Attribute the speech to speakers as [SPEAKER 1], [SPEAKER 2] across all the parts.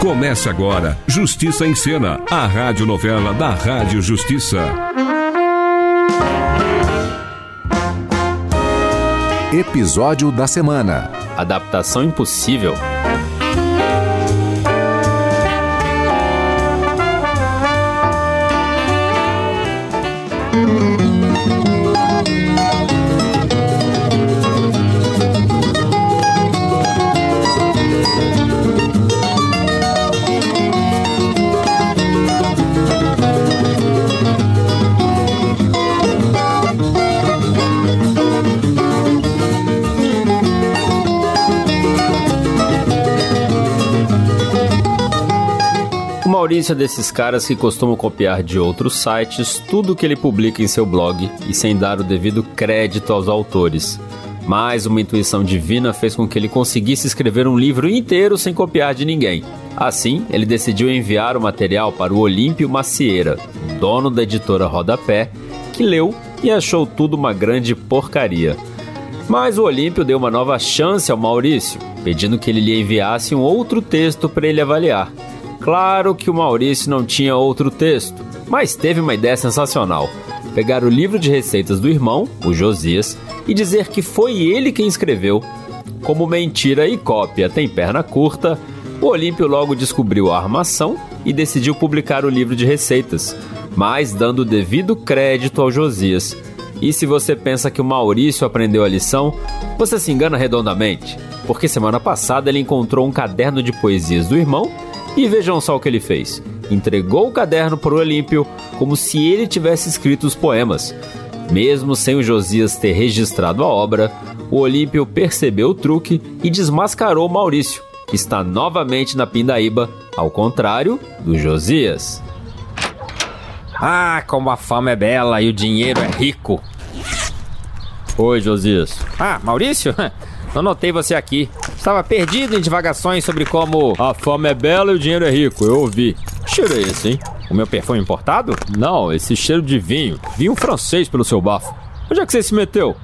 [SPEAKER 1] Comece agora Justiça em Cena, a radionovela da Rádio Justiça.
[SPEAKER 2] Episódio da semana.
[SPEAKER 3] Adaptação impossível. O Maurício é desses caras que costumam copiar de outros sites tudo que ele publica em seu blog e sem dar o devido crédito aos autores. Mas uma intuição divina fez com que ele conseguisse escrever um livro inteiro sem copiar de ninguém. Assim, ele decidiu enviar o material para o Olímpio Macieira, dono da editora Rodapé, que leu e achou tudo uma grande porcaria. Mas o Olímpio deu uma nova chance ao Maurício, pedindo que ele lhe enviasse um outro texto para ele avaliar. Claro que o Maurício não tinha outro texto, mas teve uma ideia sensacional. Pegar o livro de receitas do irmão, o Josias, e dizer que foi ele quem escreveu. Como mentira e cópia tem perna curta, o Olímpio logo descobriu a armação e decidiu publicar o livro de receitas, mas dando o devido crédito ao Josias. E se você pensa que o Maurício aprendeu a lição, você se engana redondamente, porque semana passada ele encontrou um caderno de poesias do irmão e vejam só o que ele fez. Entregou o caderno para o Olímpio como se ele tivesse escrito os poemas. Mesmo sem o Josias ter registrado a obra, o Olímpio percebeu o truque e desmascarou Maurício, que está novamente na pindaíba, ao contrário do Josias.
[SPEAKER 4] Ah, como a fama é bela e o dinheiro é rico.
[SPEAKER 3] Oi, Josias.
[SPEAKER 4] Ah, Maurício? Não notei você aqui. Estava perdido em divagações sobre como
[SPEAKER 3] a fama é bela e o dinheiro é rico. Eu ouvi.
[SPEAKER 4] Cheiro é esse, hein? O meu perfume importado?
[SPEAKER 3] Não, esse cheiro de vinho. Vinho francês pelo seu bafo. Onde é que você se meteu?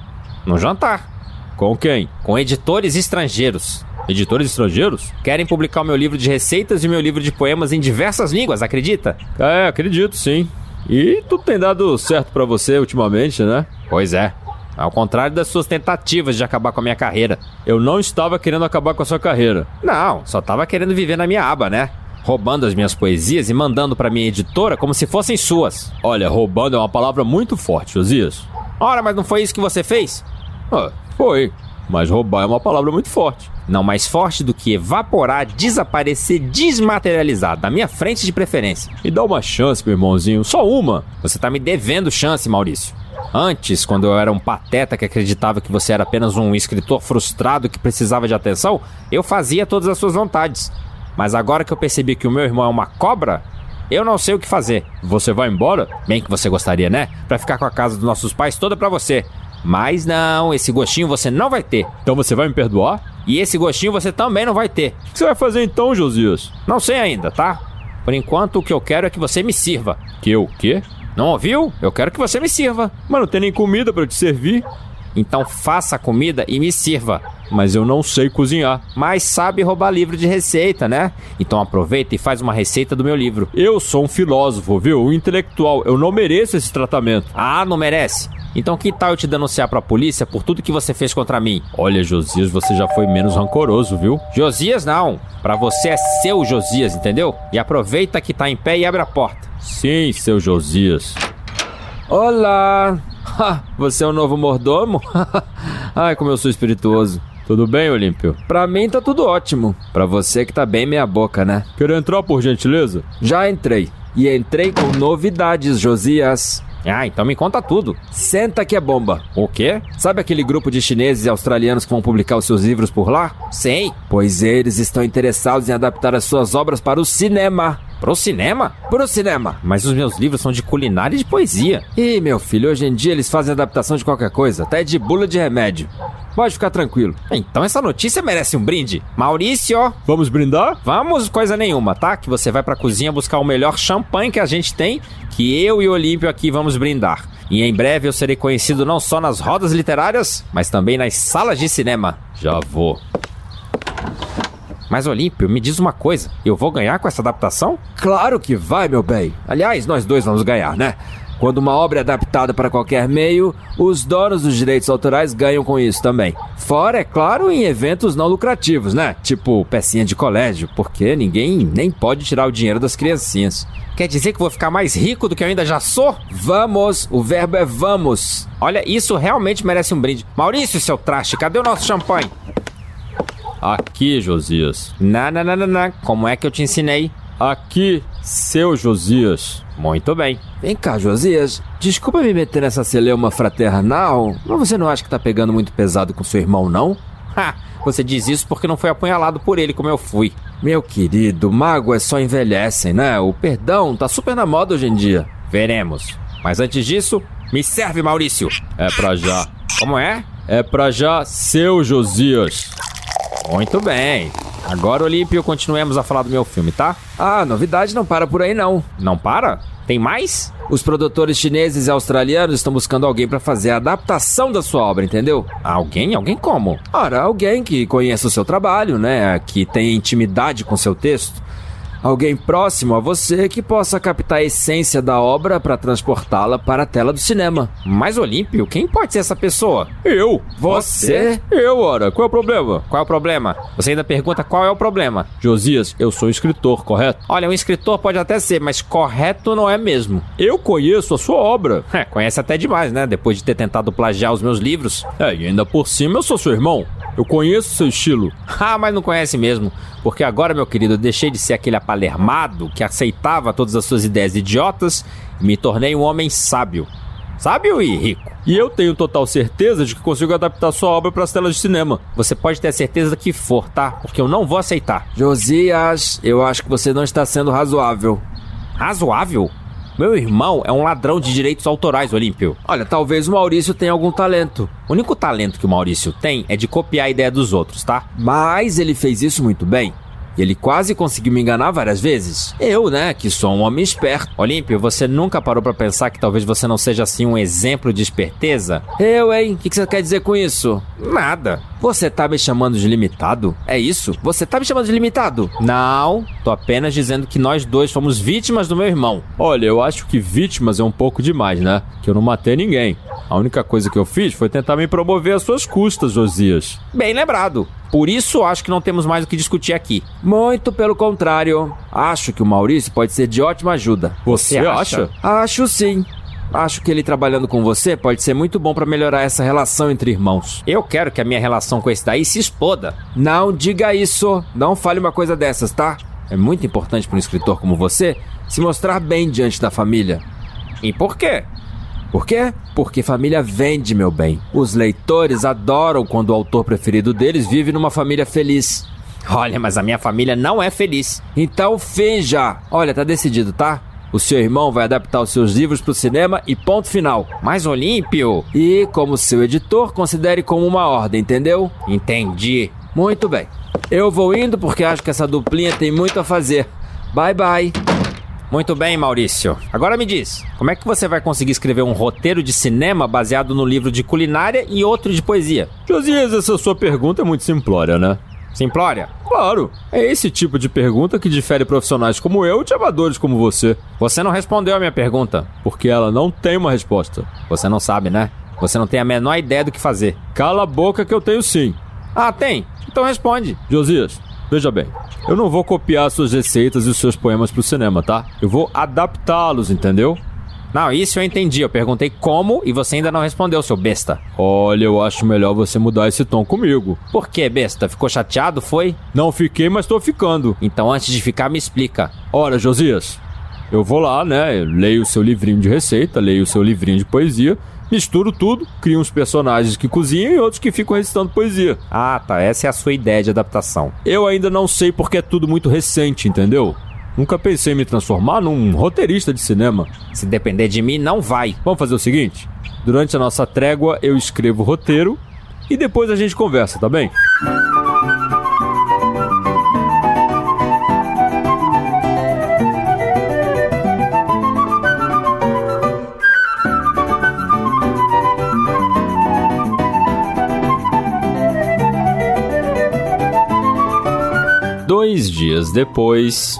[SPEAKER 4] No jantar.
[SPEAKER 3] Com quem?
[SPEAKER 4] Com editores estrangeiros.
[SPEAKER 3] Editores estrangeiros?
[SPEAKER 4] Querem publicar o meu livro de receitas e o meu livro de poemas em diversas línguas, acredita?
[SPEAKER 3] É, acredito sim. E tudo tem dado certo para você ultimamente, né?
[SPEAKER 4] Pois é. Ao contrário das suas tentativas de acabar com a minha carreira.
[SPEAKER 3] Eu não estava querendo acabar com a sua carreira.
[SPEAKER 4] Não, só estava querendo viver na minha aba, né? Roubando as minhas poesias e mandando para minha editora como se fossem suas.
[SPEAKER 3] Olha, roubando é uma palavra muito forte, Josias.
[SPEAKER 4] Ora, mas não foi isso que você fez?
[SPEAKER 3] Ah, foi. Mas roubar é uma palavra muito forte.
[SPEAKER 4] Não mais forte do que evaporar, desaparecer, desmaterializar. Da minha frente de preferência.
[SPEAKER 3] E dá uma chance, meu irmãozinho. Só uma.
[SPEAKER 4] Você tá me devendo chance, Maurício. Antes, quando eu era um pateta que acreditava que você era apenas um escritor frustrado que precisava de atenção, eu fazia todas as suas vontades. Mas agora que eu percebi que o meu irmão é uma cobra, eu não sei o que fazer.
[SPEAKER 3] Você vai embora?
[SPEAKER 4] Bem que você gostaria, né? Para ficar com a casa dos nossos pais toda para você. Mas não, esse gostinho você não vai ter.
[SPEAKER 3] Então você vai me perdoar?
[SPEAKER 4] E esse gostinho você também não vai ter.
[SPEAKER 3] O que você vai fazer então, Josias?
[SPEAKER 4] Não sei ainda, tá? Por enquanto, o que eu quero é que você me sirva.
[SPEAKER 3] Que eu o quê?
[SPEAKER 4] Não ouviu? Eu quero que você me sirva.
[SPEAKER 3] Mas não tem nem comida para te servir.
[SPEAKER 4] Então faça a comida e me sirva.
[SPEAKER 3] Mas eu não sei cozinhar.
[SPEAKER 4] Mas sabe roubar livro de receita, né? Então aproveita e faz uma receita do meu livro.
[SPEAKER 3] Eu sou um filósofo, viu? Um intelectual. Eu não mereço esse tratamento.
[SPEAKER 4] Ah, não merece? Então que tal eu te denunciar pra polícia por tudo que você fez contra mim?
[SPEAKER 3] Olha, Josias, você já foi menos rancoroso, viu?
[SPEAKER 4] Josias não. Pra você é seu Josias, entendeu? E aproveita que tá em pé e abre a porta.
[SPEAKER 3] Sim, seu Josias.
[SPEAKER 4] Olá! Ha, você é o um novo mordomo? Ai, como eu sou espirituoso.
[SPEAKER 3] Tudo bem, Olímpio?
[SPEAKER 4] Pra mim tá tudo ótimo. Pra você que tá bem meia boca, né?
[SPEAKER 3] Quer entrar, por gentileza?
[SPEAKER 4] Já entrei. E entrei com novidades, Josias.
[SPEAKER 3] Ah, então me conta tudo.
[SPEAKER 4] Senta que é bomba.
[SPEAKER 3] O quê?
[SPEAKER 4] Sabe aquele grupo de chineses e australianos que vão publicar os seus livros por lá?
[SPEAKER 3] Sei.
[SPEAKER 4] Pois eles estão interessados em adaptar as suas obras para o cinema.
[SPEAKER 3] Pro cinema? Pro cinema! Mas os meus livros são de culinária e de poesia. Ih, meu filho, hoje em dia eles fazem adaptação de qualquer coisa, até de bula de remédio. Pode ficar tranquilo. Então essa notícia merece um brinde. Maurício! Vamos brindar? Vamos, coisa nenhuma, tá? Que você vai pra cozinha buscar o melhor champanhe que a gente tem, que eu e o Olímpio aqui vamos brindar. E em breve eu serei conhecido não só nas rodas literárias, mas também nas salas de cinema. Já vou. Mas Olímpio, me diz uma coisa, eu vou ganhar com essa adaptação? Claro que vai, meu bem. Aliás, nós dois vamos ganhar, né? Quando uma obra é adaptada para qualquer meio, os donos dos direitos autorais ganham com isso também. Fora, é claro, em eventos não lucrativos, né? Tipo pecinha de colégio, porque ninguém nem pode tirar o dinheiro das criancinhas. Quer dizer que vou ficar mais rico do que eu ainda já sou? Vamos, o verbo é vamos. Olha, isso realmente merece um brinde. Maurício, seu traste, cadê o nosso champanhe?
[SPEAKER 5] Aqui, Josias.
[SPEAKER 3] Na, na, na, na, na. Como é que eu te ensinei?
[SPEAKER 5] Aqui, seu Josias.
[SPEAKER 3] Muito bem.
[SPEAKER 6] Vem cá, Josias. Desculpa me meter nessa celeuma fraternal, mas você não acha que tá pegando muito pesado com seu irmão, não?
[SPEAKER 3] Ha! Você diz isso porque não foi apunhalado por ele como eu fui.
[SPEAKER 6] Meu querido, mágoas só envelhecem, né? O perdão tá super na moda hoje em dia.
[SPEAKER 3] Veremos. Mas antes disso, me serve, Maurício.
[SPEAKER 5] É pra já.
[SPEAKER 3] Como é?
[SPEAKER 5] É pra já, seu Josias.
[SPEAKER 3] Muito bem. Agora, Olímpio, continuemos a falar do meu filme, tá?
[SPEAKER 6] Ah, novidade não para por aí, não.
[SPEAKER 3] Não para? Tem mais?
[SPEAKER 6] Os produtores chineses e australianos estão buscando alguém pra fazer a adaptação da sua obra, entendeu?
[SPEAKER 3] Alguém? Alguém como?
[SPEAKER 6] Ora, alguém que conheça o seu trabalho, né? Que tenha intimidade com seu texto. Alguém próximo a você que possa captar a essência da obra pra transportá-la para a tela do cinema.
[SPEAKER 3] Mas, Olímpio, quem pode ser essa pessoa?
[SPEAKER 5] Eu?
[SPEAKER 6] Você?
[SPEAKER 5] Eu, ora. Qual é o problema?
[SPEAKER 3] Qual é o problema? Você ainda pergunta qual é o problema.
[SPEAKER 5] Josias, eu sou escritor, correto?
[SPEAKER 3] Olha, um escritor pode até ser, mas correto não é mesmo.
[SPEAKER 5] Eu conheço a sua obra.
[SPEAKER 3] É, conhece até demais, né? Depois de ter tentado plagiar os meus livros.
[SPEAKER 5] É, e ainda por cima eu sou seu irmão. Eu conheço seu estilo.
[SPEAKER 3] Ah, mas não conhece mesmo. Porque agora, meu querido, eu deixei de ser aquele apalermado que aceitava todas as suas ideias idiotas e me tornei um homem sábio. Sábio e rico.
[SPEAKER 5] E eu tenho total certeza de que consigo adaptar sua obra para as telas de cinema.
[SPEAKER 3] Você pode ter a certeza que for, tá? Porque eu não vou aceitar.
[SPEAKER 6] Josias, eu acho que você não está sendo razoável.
[SPEAKER 3] Razoável? Meu irmão é um ladrão de direitos autorais, Olímpio.
[SPEAKER 6] Olha, talvez o Maurício tenha algum talento.
[SPEAKER 3] O único talento que o Maurício tem é de copiar a ideia dos outros, tá?
[SPEAKER 6] Mas ele fez isso muito bem. E ele quase conseguiu me enganar várias vezes. Eu, né, que sou um homem esperto.
[SPEAKER 3] Olímpio, você nunca parou para pensar que talvez você não seja assim um exemplo de esperteza?
[SPEAKER 6] Eu, hein? O que, que você quer dizer com isso?
[SPEAKER 3] Nada.
[SPEAKER 6] Você tá me chamando de limitado? É isso? Você tá me chamando de limitado?
[SPEAKER 3] Não, tô apenas dizendo que nós dois fomos vítimas do meu irmão.
[SPEAKER 5] Olha, eu acho que vítimas é um pouco demais, né? Que eu não matei ninguém. A única coisa que eu fiz foi tentar me promover às suas custas, Josias.
[SPEAKER 3] Bem lembrado. Por isso acho que não temos mais o que discutir aqui.
[SPEAKER 6] Muito pelo contrário. Acho que o Maurício pode ser de ótima ajuda.
[SPEAKER 5] Você, acha?
[SPEAKER 6] Acho sim. Acho que ele trabalhando com você pode ser muito bom pra melhorar essa relação entre irmãos.
[SPEAKER 3] Eu quero que a minha relação com esse daí se exploda.
[SPEAKER 6] Não diga isso. Não fale uma coisa dessas, tá? É muito importante para um escritor como você se mostrar bem diante da família.
[SPEAKER 3] E por quê?
[SPEAKER 6] Por quê? Porque família vende, meu bem. Os leitores adoram quando o autor preferido deles vive numa família feliz.
[SPEAKER 3] Olha, mas a minha família não é feliz.
[SPEAKER 6] Então finja! Olha, tá decidido, tá? O seu irmão vai adaptar os seus livros pro cinema e ponto final. um
[SPEAKER 3] Mas Olímpio,
[SPEAKER 6] E, como seu editor, considere como uma ordem, entendeu?
[SPEAKER 3] entendi.
[SPEAKER 6] Muito bem. Eu vou indo porque acho que essa duplinha tem muito a fazer. Bye bye.
[SPEAKER 3] Muito bem, Maurício. Agora me diz, como é que você vai conseguir escrever um roteiro de cinema baseado no livro de culinária e outro de poesia?
[SPEAKER 5] Josias, essa sua pergunta é muito simplória, né?
[SPEAKER 3] Simplória,
[SPEAKER 5] Claro, é esse tipo de pergunta que difere profissionais como eu de amadores como você,
[SPEAKER 3] você não respondeu a minha pergunta.
[SPEAKER 5] porque ela não tem uma resposta.
[SPEAKER 3] Você não sabe, né? Você não tem a menor ideia do que fazer.
[SPEAKER 5] Cala a boca que eu tenho sim.
[SPEAKER 3] Ah, tem? Então responde.
[SPEAKER 5] Josias, veja bem, eu não vou copiar suas receitas e os seus poemas pro cinema, tá? Eu vou adaptá-los, entendeu?
[SPEAKER 3] Não, isso eu entendi. Eu perguntei como e você ainda não respondeu, seu besta.
[SPEAKER 5] Olha, eu acho melhor você mudar esse tom comigo.
[SPEAKER 3] Por que, besta? Ficou chateado, foi?
[SPEAKER 5] Não fiquei, mas tô ficando.
[SPEAKER 3] Então antes de ficar, me explica.
[SPEAKER 5] Ora, Josias, eu vou lá, né? eu leio o seu livrinho de receita, leio o seu livrinho de poesia, misturo tudo, crio uns personagens que cozinham e outros que ficam recitando poesia.
[SPEAKER 3] Ah, tá. Essa é a sua ideia de adaptação.
[SPEAKER 5] Eu ainda não sei porque é tudo muito recente, entendeu?
[SPEAKER 3] Nunca pensei em me transformar num roteirista de cinema.
[SPEAKER 6] Se depender de mim, não vai.
[SPEAKER 3] Vamos fazer o seguinte: durante a nossa trégua, eu escrevo o roteiro e depois a gente conversa, tá bem?
[SPEAKER 7] Dois dias depois.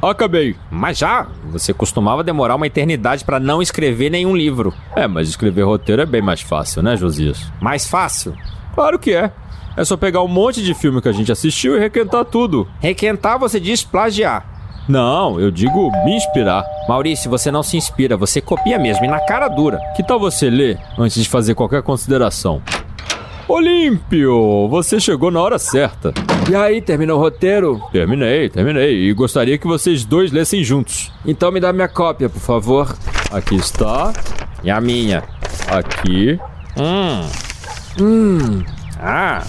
[SPEAKER 3] Acabei.
[SPEAKER 6] Mas já, você costumava demorar uma eternidade pra não escrever nenhum livro.
[SPEAKER 3] É, mas escrever roteiro é bem mais fácil, né, Josias?
[SPEAKER 6] Mais fácil.
[SPEAKER 3] Claro que é. É só pegar um monte de filme que a gente assistiu e requentar tudo.
[SPEAKER 6] Requentar, você diz plagiar.
[SPEAKER 3] Não, eu digo me inspirar.
[SPEAKER 6] Maurício, você não se inspira, você copia mesmo e na cara dura.
[SPEAKER 3] Que tal você ler antes de fazer qualquer consideração? Olímpio, você chegou na hora certa.
[SPEAKER 6] E aí, terminou o roteiro?
[SPEAKER 3] Terminei, terminei. E gostaria que vocês dois lessem juntos.
[SPEAKER 6] Então me dá minha cópia, por favor.
[SPEAKER 3] Aqui está.
[SPEAKER 6] E a minha.
[SPEAKER 3] Aqui.
[SPEAKER 6] Hum.
[SPEAKER 3] Hum.
[SPEAKER 6] Ah.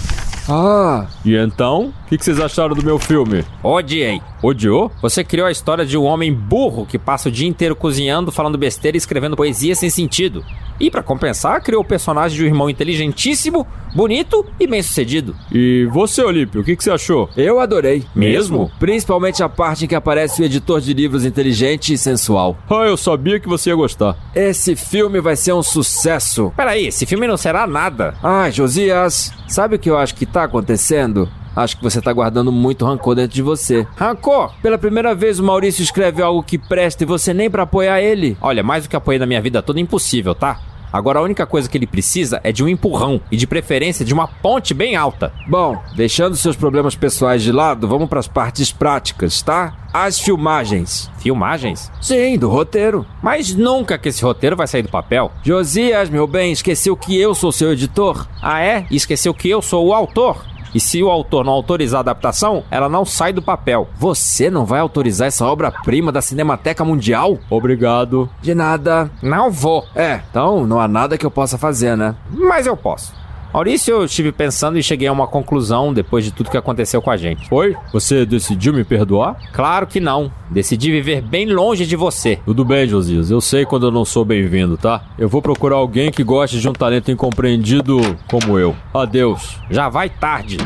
[SPEAKER 3] Ah. E então, o que, que, vocês acharam do meu filme?
[SPEAKER 6] Odiei.
[SPEAKER 3] Odiou?
[SPEAKER 6] Você criou a história de um homem burro que passa o dia inteiro cozinhando, falando besteira e escrevendo poesia sem sentido. E para compensar, criou o personagem de um irmão inteligentíssimo, bonito e bem-sucedido.
[SPEAKER 3] E você, Olímpio, o que, que, você achou?
[SPEAKER 6] Eu adorei.
[SPEAKER 3] Mesmo?
[SPEAKER 6] Principalmente a parte em que aparece o editor de livros inteligente e sensual.
[SPEAKER 3] Ah, eu sabia que você ia gostar.
[SPEAKER 6] Esse filme vai ser um sucesso.
[SPEAKER 3] Peraí, esse filme não será nada.
[SPEAKER 6] Ah, Josias, sabe o que eu acho que tá acontecendo? Acho que você tá guardando muito rancor dentro de você.
[SPEAKER 3] Rancor?
[SPEAKER 6] Pela primeira vez o Maurício escreve algo que presta e você nem para apoiar ele.
[SPEAKER 3] Olha, mais do que apoiei na minha vida toda, impossível, tá? Agora a única coisa que ele precisa é de um empurrão e de preferência de uma ponte bem alta.
[SPEAKER 6] Bom, deixando seus problemas pessoais de lado, vamos para as partes práticas, tá? As filmagens.
[SPEAKER 3] Filmagens?
[SPEAKER 6] Sim, do roteiro.
[SPEAKER 3] Mas nunca que esse roteiro vai sair do papel.
[SPEAKER 6] Josias, meu bem, esqueceu que eu sou seu editor?
[SPEAKER 3] Ah é? E esqueceu que eu sou o autor? E se o autor não autorizar a adaptação, ela não sai do papel.
[SPEAKER 6] Você não vai autorizar essa obra-prima da Cinemateca Mundial?
[SPEAKER 3] Obrigado.
[SPEAKER 6] De nada.
[SPEAKER 3] Não vou.
[SPEAKER 6] É, então não há nada que eu possa fazer, né?
[SPEAKER 3] Mas eu posso. Maurício, eu estive pensando e cheguei a uma conclusão depois de tudo que aconteceu com a gente.
[SPEAKER 6] Oi? Você decidiu me perdoar?
[SPEAKER 3] Claro que não. Decidi viver bem longe de você.
[SPEAKER 6] Tudo bem, Josias. Eu sei quando eu não sou bem-vindo, tá? Eu vou procurar alguém que goste de um talento incompreendido como eu. Adeus.
[SPEAKER 3] Já vai tarde.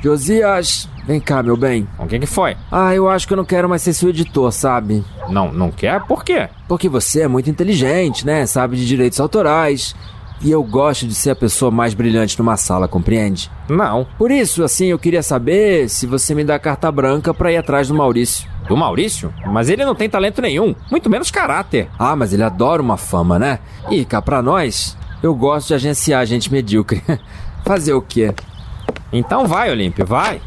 [SPEAKER 6] Josias, vem cá, meu bem.
[SPEAKER 3] O que, que foi?
[SPEAKER 6] Ah, eu acho que eu não quero mais ser seu editor, sabe?
[SPEAKER 3] Não, não quer? Por quê?
[SPEAKER 6] Porque você é muito inteligente, né? Sabe de direitos autorais. E eu gosto de ser a pessoa mais brilhante numa sala, compreende?
[SPEAKER 3] Não.
[SPEAKER 6] Por isso, assim, eu queria saber se você me dá carta branca para ir atrás do Maurício.
[SPEAKER 3] Do Maurício? Mas ele não tem talento nenhum, muito menos caráter.
[SPEAKER 6] Ah, mas ele adora uma fama, né? E cá pra nós, eu gosto de agenciar gente medíocre. Fazer o quê?
[SPEAKER 3] Então vai, Olímpio, vai.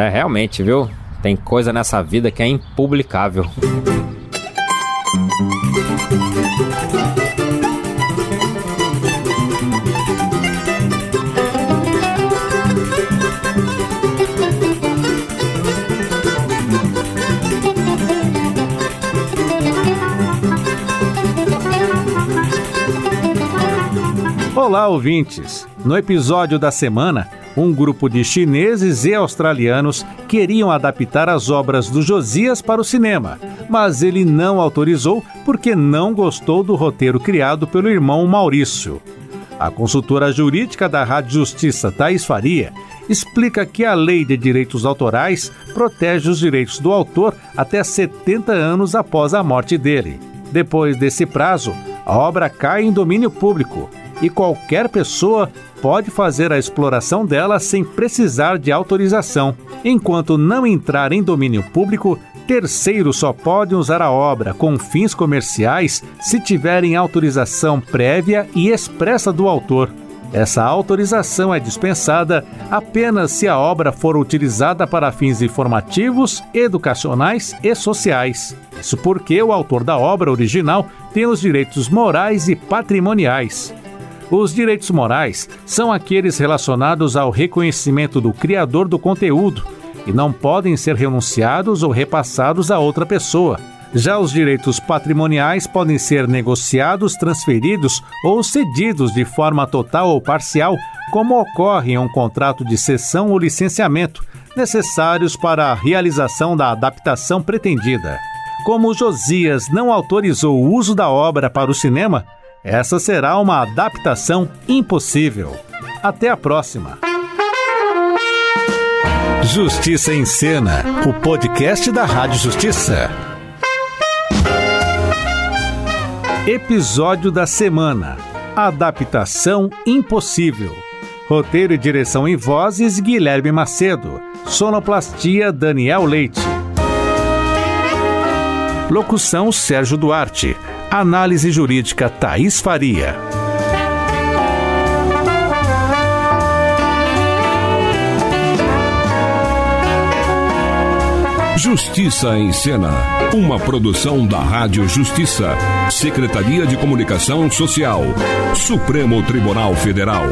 [SPEAKER 3] É, realmente, viu? Tem coisa nessa vida que é impublicável.
[SPEAKER 2] Olá, ouvintes! No episódio da semana, um grupo de chineses e australianos queriam adaptar as obras do Josias para o cinema, mas ele não autorizou porque não gostou do roteiro criado pelo irmão Maurício. A consultora jurídica da Rádio Justiça, Thais Faria, explica que a Lei de Direitos Autorais protege os direitos do autor até 70 anos após a morte dele. Depois desse prazo, a obra cai em domínio público e qualquer pessoa pode fazer a exploração dela sem precisar de autorização. Enquanto não entrar em domínio público, terceiro só pode usar a obra com fins comerciais se tiverem autorização prévia e expressa do autor. Essa autorização é dispensada apenas se a obra for utilizada para fins informativos, educacionais e sociais. Isso porque o autor da obra original tem os direitos morais e patrimoniais. Os direitos morais são aqueles relacionados ao reconhecimento do criador do conteúdo e não podem ser renunciados ou repassados a outra pessoa. Já os direitos patrimoniais podem ser negociados, transferidos ou cedidos de forma total ou parcial, como ocorre em um contrato de cessão ou licenciamento, necessários para a realização da adaptação pretendida. Como Josias não autorizou o uso da obra para o cinema, essa será uma adaptação impossível. Até a próxima!
[SPEAKER 8] Justiça em Cena, o podcast da Rádio Justiça.
[SPEAKER 2] Episódio da semana: Adaptação Impossível. Roteiro e direção em vozes: Guilherme Macedo. Sonoplastia: Daniel Leite. Locução: Sérgio Duarte. Análise jurídica: Thaís Faria.
[SPEAKER 1] Justiça em Cena. Uma produção da Rádio Justiça. Secretaria de Comunicação Social. Supremo Tribunal Federal.